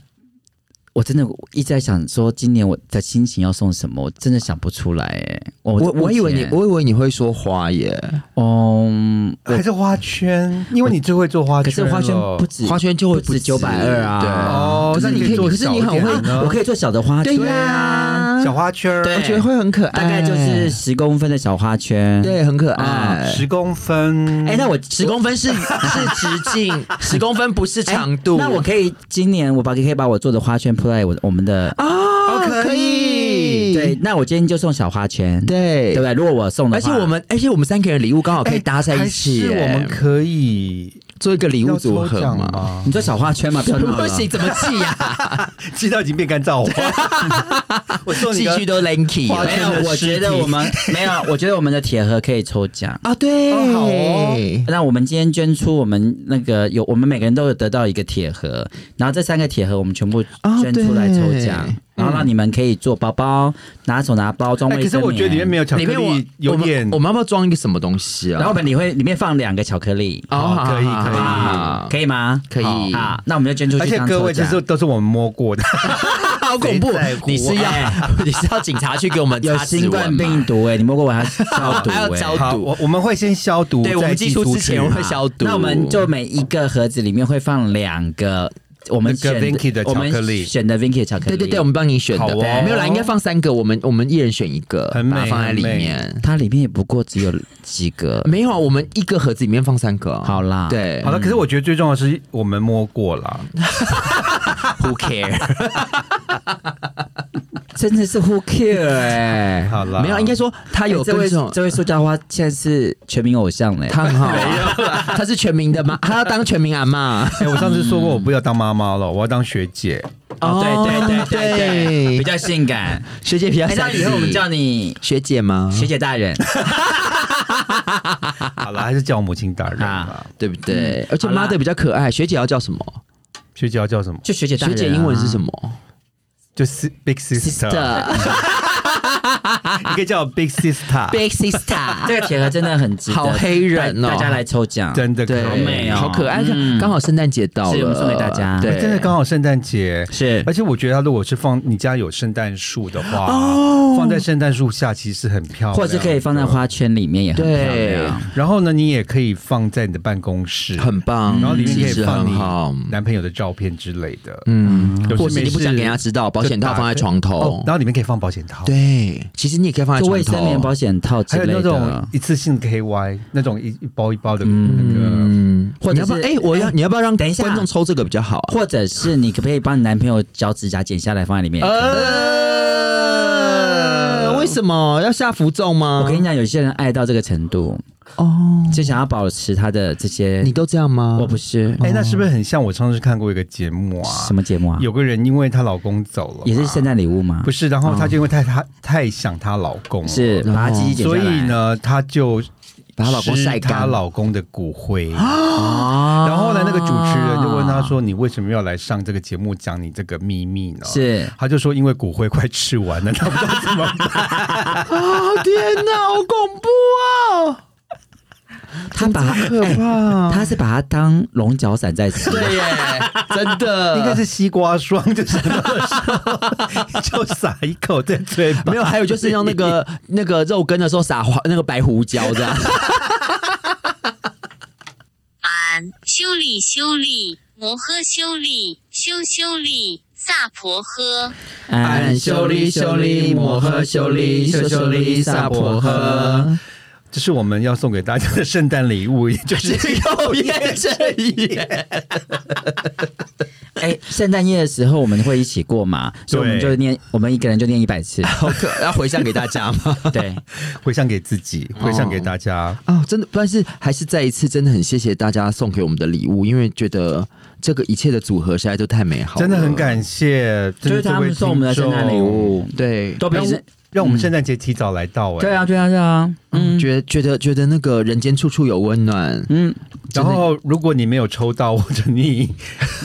Speaker 2: 我真的一直在想说，今年我的心情要送什么，我真的想不出来哎。我
Speaker 3: 我我以为你
Speaker 2: 目前
Speaker 3: 我以为你会说花耶，
Speaker 2: 嗯，
Speaker 1: 还是呃花圈，因为你最会做花
Speaker 2: 可
Speaker 1: 圈
Speaker 2: 是
Speaker 1: 了，
Speaker 2: 花圈不止
Speaker 3: 花圈就会
Speaker 2: 不止
Speaker 3: 不止
Speaker 2: 九百二
Speaker 3: 对
Speaker 2: 啊。
Speaker 1: 哦，
Speaker 2: 可
Speaker 1: 那
Speaker 2: 是你
Speaker 1: 你
Speaker 2: 可以，
Speaker 1: 做
Speaker 2: 可是你
Speaker 1: 小
Speaker 2: 很
Speaker 1: 一点
Speaker 2: 会，
Speaker 1: 呢
Speaker 2: 我可以做小的花圈。
Speaker 3: 对呀
Speaker 1: 小花圈儿，
Speaker 2: 对
Speaker 3: 我觉得会很可爱，
Speaker 2: 大概就是十公分的小花圈。，
Speaker 3: 对，很可
Speaker 2: 啊
Speaker 3: 爱。
Speaker 1: 十公分，
Speaker 2: 哎，那我
Speaker 3: 十公分是 是直径，十公分不是
Speaker 2: 哎
Speaker 3: 长度。
Speaker 2: 那我可以今年我把可以把我做的花圈铺在我我们的、
Speaker 3: 哦，
Speaker 1: 可
Speaker 3: 可
Speaker 1: 以
Speaker 3: 以，
Speaker 2: 对，那我今天就送小花圈，
Speaker 3: 对
Speaker 2: 对不对？如果我送的
Speaker 3: 而
Speaker 2: 话，
Speaker 3: 且我们，而且我们三个人礼物刚好可以
Speaker 1: 哎
Speaker 3: 搭在一起
Speaker 1: 还
Speaker 3: 耶，
Speaker 1: 是我们可以
Speaker 3: 做一个礼
Speaker 1: 要
Speaker 3: 物组
Speaker 1: 抽
Speaker 3: 合
Speaker 1: 奖
Speaker 3: 嘛。
Speaker 1: 吗
Speaker 2: 你？说小花圈嘛，不要弄了
Speaker 3: 不行，怎么记呀？
Speaker 1: 气到已经变干燥花，我送你
Speaker 3: 继
Speaker 1: 个
Speaker 3: 续都 lanky
Speaker 1: 花
Speaker 2: 没
Speaker 1: 圈
Speaker 2: 有
Speaker 1: 的，
Speaker 2: 我
Speaker 1: 尸
Speaker 2: 觉得
Speaker 1: 体
Speaker 2: 我们没有，我觉得我们的铁盒可以抽奖。
Speaker 3: 啊，对，
Speaker 1: 哦好哦
Speaker 3: 哎
Speaker 2: 那我们今天捐出我们那个有，我们每个人都有得到一个铁盒，然后这三个铁盒我们全部
Speaker 3: 啊
Speaker 2: 捐出来抽奖，
Speaker 3: 对
Speaker 2: 然后让你们可以做包包，拿手拿包装
Speaker 1: 哎，
Speaker 2: 卫
Speaker 1: 可是
Speaker 2: 生棉。
Speaker 1: 我觉得里面没有巧克
Speaker 3: 里面我
Speaker 1: 力，有
Speaker 3: 我们
Speaker 1: 点
Speaker 3: 我们要不要装一个什么东西啊？
Speaker 2: 然后我们里会里面放两个巧克力，
Speaker 3: 哦
Speaker 1: 好可以可以
Speaker 3: 好
Speaker 2: 可以吗？
Speaker 3: 哦可以
Speaker 2: 好好，那我们就捐出去。
Speaker 1: 而且各位，这
Speaker 2: 就是
Speaker 1: 都是我们摸过的，
Speaker 3: 好恐怖
Speaker 1: 谁在乎！
Speaker 3: 你是 要你是要警察去给我们
Speaker 2: 有
Speaker 3: 查指
Speaker 2: 新冠
Speaker 3: 纹吗？
Speaker 2: 病毒哎、你摸过我还要消毒
Speaker 3: 还要
Speaker 2: 哎、
Speaker 3: 消 毒
Speaker 1: 好，我我们会先消毒，
Speaker 3: 对我们
Speaker 1: 再
Speaker 3: 寄
Speaker 1: 寄
Speaker 3: 出
Speaker 1: 出
Speaker 3: 之前
Speaker 1: 去
Speaker 3: 会消毒
Speaker 2: 啊那我们就每一个盒子里面会放两个我们
Speaker 1: 那
Speaker 2: 选
Speaker 1: 个 Vinky 的
Speaker 2: 我们
Speaker 1: 巧克力
Speaker 2: 选的 Vinky 的巧克
Speaker 3: 对
Speaker 2: 力。
Speaker 3: 对对，我们帮你选
Speaker 1: 好
Speaker 3: 的。
Speaker 1: 哦
Speaker 3: 没有啦，应该放三个，我们我们一人选一个，
Speaker 1: 很美
Speaker 3: 把它放在里
Speaker 1: 很
Speaker 3: 面。
Speaker 2: 它里面也不过只有几 个。
Speaker 3: 没有啊，我们一个盒子里面放三个。啊
Speaker 2: 好，啦，，
Speaker 3: 对，
Speaker 1: 好了，可是我觉得最重要的是我们摸过了，
Speaker 3: ，Who care？
Speaker 2: 真的是 Who care 哎、
Speaker 1: 好了，
Speaker 3: 没有，应该说他有
Speaker 2: 哎这
Speaker 3: 跟
Speaker 2: 位
Speaker 3: 这种，
Speaker 2: 这位 塑胶花现在是全民偶像嘞、
Speaker 3: 他很好啊， 他是全民的吗？他要当全民阿妈。
Speaker 1: 哎，我上次说过我不要当妈妈了，我要当学姐，
Speaker 2: 哦，对对对对对，比较性感。
Speaker 3: 学姐比较
Speaker 2: 哎，那
Speaker 3: 善
Speaker 2: 以后我嗯们叫你
Speaker 3: 学姐吗？
Speaker 2: 学姐大人。
Speaker 1: 好了，还是叫我母亲大人吧。
Speaker 3: 对不对？而且
Speaker 2: 嗯好啦
Speaker 3: mother 比较可爱，学姐要叫什么？
Speaker 1: 学姐要叫什么？
Speaker 2: 就学姐大
Speaker 3: 学
Speaker 2: 人、啊
Speaker 3: 姐英文是什么？
Speaker 1: 就是 big
Speaker 2: s i s t e
Speaker 1: sister，
Speaker 2: r
Speaker 1: 你可以叫我 Big Sister，
Speaker 2: Big Sister，这个铁盒真的很值得，
Speaker 3: 好黑人哦
Speaker 2: 大大家来抽奖，
Speaker 1: 真的
Speaker 2: 对，
Speaker 1: 可以好美
Speaker 3: 好可爱，刚好圣诞节到了，
Speaker 2: 嗯是我们送给大家
Speaker 3: 对，
Speaker 1: 哎真的刚好圣诞节。
Speaker 2: 是
Speaker 1: 而且我觉得，如果是放你家有圣诞树的话，放在圣诞树下其实很漂亮，
Speaker 2: 或者是可以放在。花圈里面也很漂
Speaker 3: 对，
Speaker 2: 亮。
Speaker 1: 然后呢，你也可以放在你的办公室，
Speaker 3: 很棒，
Speaker 1: 然后里面可
Speaker 3: 气
Speaker 1: 以
Speaker 3: 质
Speaker 1: 放
Speaker 3: 嗯很
Speaker 1: 你
Speaker 3: 好，
Speaker 1: 男朋友的照片之类的。
Speaker 3: 嗯，
Speaker 1: 有
Speaker 3: 或
Speaker 1: 事
Speaker 3: 是
Speaker 1: 没
Speaker 3: 你不
Speaker 1: 事
Speaker 3: 想给他知道，保险套放在床
Speaker 1: 哦
Speaker 3: 头，
Speaker 1: 然后里面可以放保险套，，
Speaker 3: 对，其实你也可以放在
Speaker 2: 做
Speaker 3: 床
Speaker 2: 卫生棉、保
Speaker 3: 头，
Speaker 2: 险套之
Speaker 1: 还有
Speaker 2: 类
Speaker 1: 那种
Speaker 2: 的，
Speaker 1: 一次性 KY 那种一一包一包的那个。
Speaker 3: 嗯，
Speaker 2: 或
Speaker 3: 你
Speaker 2: 者
Speaker 3: 要不
Speaker 2: 是
Speaker 3: 要？哎，我要，你要不要让
Speaker 2: 等一下
Speaker 3: 观众抽这个比较好啊？
Speaker 2: 或者是你可不可以帮你男朋友脚趾甲剪下来放在里面？
Speaker 3: 呃，为什么要下符咒吗？
Speaker 2: 我跟你讲，有些人爱到这个程度，
Speaker 3: 哦，
Speaker 2: 就想要保持他的这些
Speaker 3: 你。都这样吗？
Speaker 2: 我不是
Speaker 1: 哎，那是不是很像我上次看过一个节目啊？
Speaker 2: 什么节目啊？
Speaker 1: 有个人因为她老公走了，
Speaker 2: 也是圣诞礼物吗
Speaker 1: 不？是，然后她就因为太太太想她老公了，
Speaker 2: 是
Speaker 3: 然后
Speaker 2: 把它鸡鸡剪下
Speaker 1: 所
Speaker 2: 来。
Speaker 1: 以呢，她就
Speaker 3: 把她老公
Speaker 1: 吃
Speaker 3: 晒干
Speaker 1: 她老公的骨灰。
Speaker 2: 哦，
Speaker 1: 然后呢，那个主持人就问她说：“你为什么要来上这个节目讲你这个秘密呢？”，
Speaker 2: 是
Speaker 1: 她就说：“因为骨灰快吃完了，她不知道怎么办。
Speaker 3: 啊，天哪，好恐怖 啊！
Speaker 2: 他把它
Speaker 3: 可
Speaker 2: 哎
Speaker 3: 怕
Speaker 2: 他是把它当龙角散在吃。
Speaker 3: 对耶，真的，
Speaker 1: 应该是西瓜霜，就是那个时候 就撒一口在嘴巴。
Speaker 3: 没有，还有就是用那 个那个肉羹的时候撒花那个白胡椒这样。
Speaker 4: 俺修理修理摩诃修理修修理萨婆诃。
Speaker 2: 哎
Speaker 3: 修理修理摩诃修理修修理萨婆 诃，
Speaker 1: 这是我们要送给大家的圣诞礼物，也就是
Speaker 3: 又夜这夜，
Speaker 2: 哎，圣诞夜的时候我们会一起过嘛，所以我们就念，我们一个人就念一百次。
Speaker 3: 好 可要回向给大家吗？
Speaker 2: 对，
Speaker 1: 回向给自己，回向给大家。
Speaker 3: 哦，真的，但是还是再一次，真的很谢谢大家送给我们的礼物，因为觉得这个一切的组合实在都太美好
Speaker 1: 真
Speaker 3: 了，
Speaker 1: 的很感谢，
Speaker 2: 就是他们送我们的圣诞礼物，
Speaker 3: 对。
Speaker 2: 都比
Speaker 1: 让我
Speaker 2: 是
Speaker 1: 让我
Speaker 3: 嗯
Speaker 1: 们圣诞节提早来到哎、
Speaker 2: 对啊，对啊，对啊，嗯
Speaker 3: 觉得觉得觉得那个人间处处有温暖，
Speaker 2: 嗯，
Speaker 1: 然后如果你没有抽到，或者你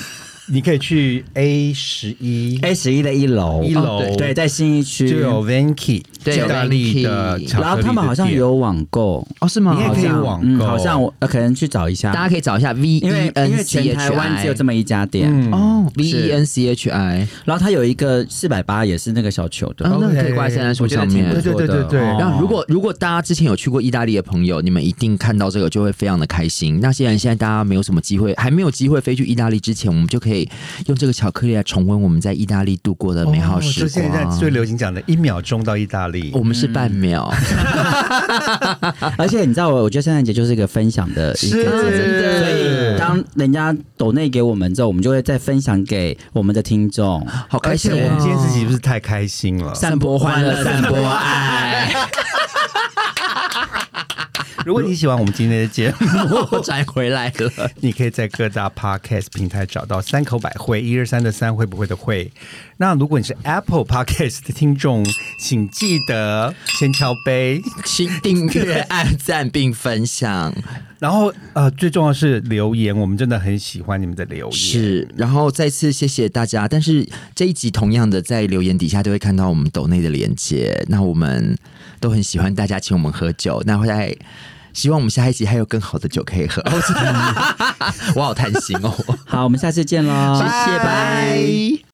Speaker 1: 你可以去 A 十一
Speaker 2: A 哎十一的一楼，
Speaker 1: 一楼
Speaker 2: 哦对对，在新一区
Speaker 1: 就有 Vanky
Speaker 3: 对
Speaker 1: 意大利
Speaker 3: Vanke
Speaker 1: 的巧克力的店，
Speaker 2: 然后他们好像有网购，
Speaker 3: 哦，是吗？
Speaker 1: 你也
Speaker 2: 好
Speaker 1: 可以
Speaker 2: 像
Speaker 1: 网
Speaker 2: 嗯
Speaker 1: 购
Speaker 2: 好像我呃可能去找一下，
Speaker 3: 大家可以找一下 V
Speaker 2: 因
Speaker 3: E
Speaker 2: 为因
Speaker 3: N
Speaker 2: 为
Speaker 3: C
Speaker 2: 全
Speaker 3: H
Speaker 2: 台湾
Speaker 3: I，
Speaker 2: 只有这么一家店，
Speaker 1: 嗯
Speaker 3: 哦，V
Speaker 2: 是
Speaker 3: E N C H I，
Speaker 2: 然后它有一个四百八，也是那个小球的，
Speaker 3: 啊，那
Speaker 1: OK
Speaker 3: 个可以挂在圣诞树上面哦
Speaker 1: 我觉得挺不。错对对对对对
Speaker 3: 然后，如
Speaker 2: 哦
Speaker 3: 果如果大家之前有去过意大利的朋友，你们一定看到这个就会非常的开心。那既然现在大家没有什么机会，还没有机会飞去意大利之前，我们就可以用这个巧克力来重温我们在意大利度过的美好时
Speaker 1: 就
Speaker 2: 哦
Speaker 1: 哦现在最
Speaker 3: 光。哦
Speaker 1: 流行讲的一秒钟到意大利，
Speaker 3: 我们是半 秒，
Speaker 2: 而且你知道，我我觉得圣诞节就是一个分享的一
Speaker 1: 是
Speaker 2: 个节日，所以当人家抖内给我们之后，我们就会再分享给我们的听众。
Speaker 3: 好开
Speaker 1: 而且
Speaker 3: 心
Speaker 1: 我们
Speaker 3: 哦！
Speaker 1: 今天自己不是太开心了。
Speaker 2: 散播欢乐，散播爱。
Speaker 1: 如果你喜欢我们今天的节目，
Speaker 3: 我转回来了，
Speaker 1: 你可以在各大 podcast 平台找到三口百惠，一二三的三会不会的会。那如果你是 Apple podcast 的听众，请记得先敲杯，
Speaker 3: 请订阅、按赞并分享。
Speaker 1: 然后呃，最重要是留言，我们真的很喜欢你们的留言。
Speaker 3: 是，然后再次谢谢大家。但是这一集同样的，在留言底下都会看到我们抖内的连接。那我们都很喜欢大家请我们喝酒，那会在希望我们下一集还有更好的酒可以喝。 我好贪心哦，
Speaker 2: 好，我们下次见喽，
Speaker 3: 谢谢，拜。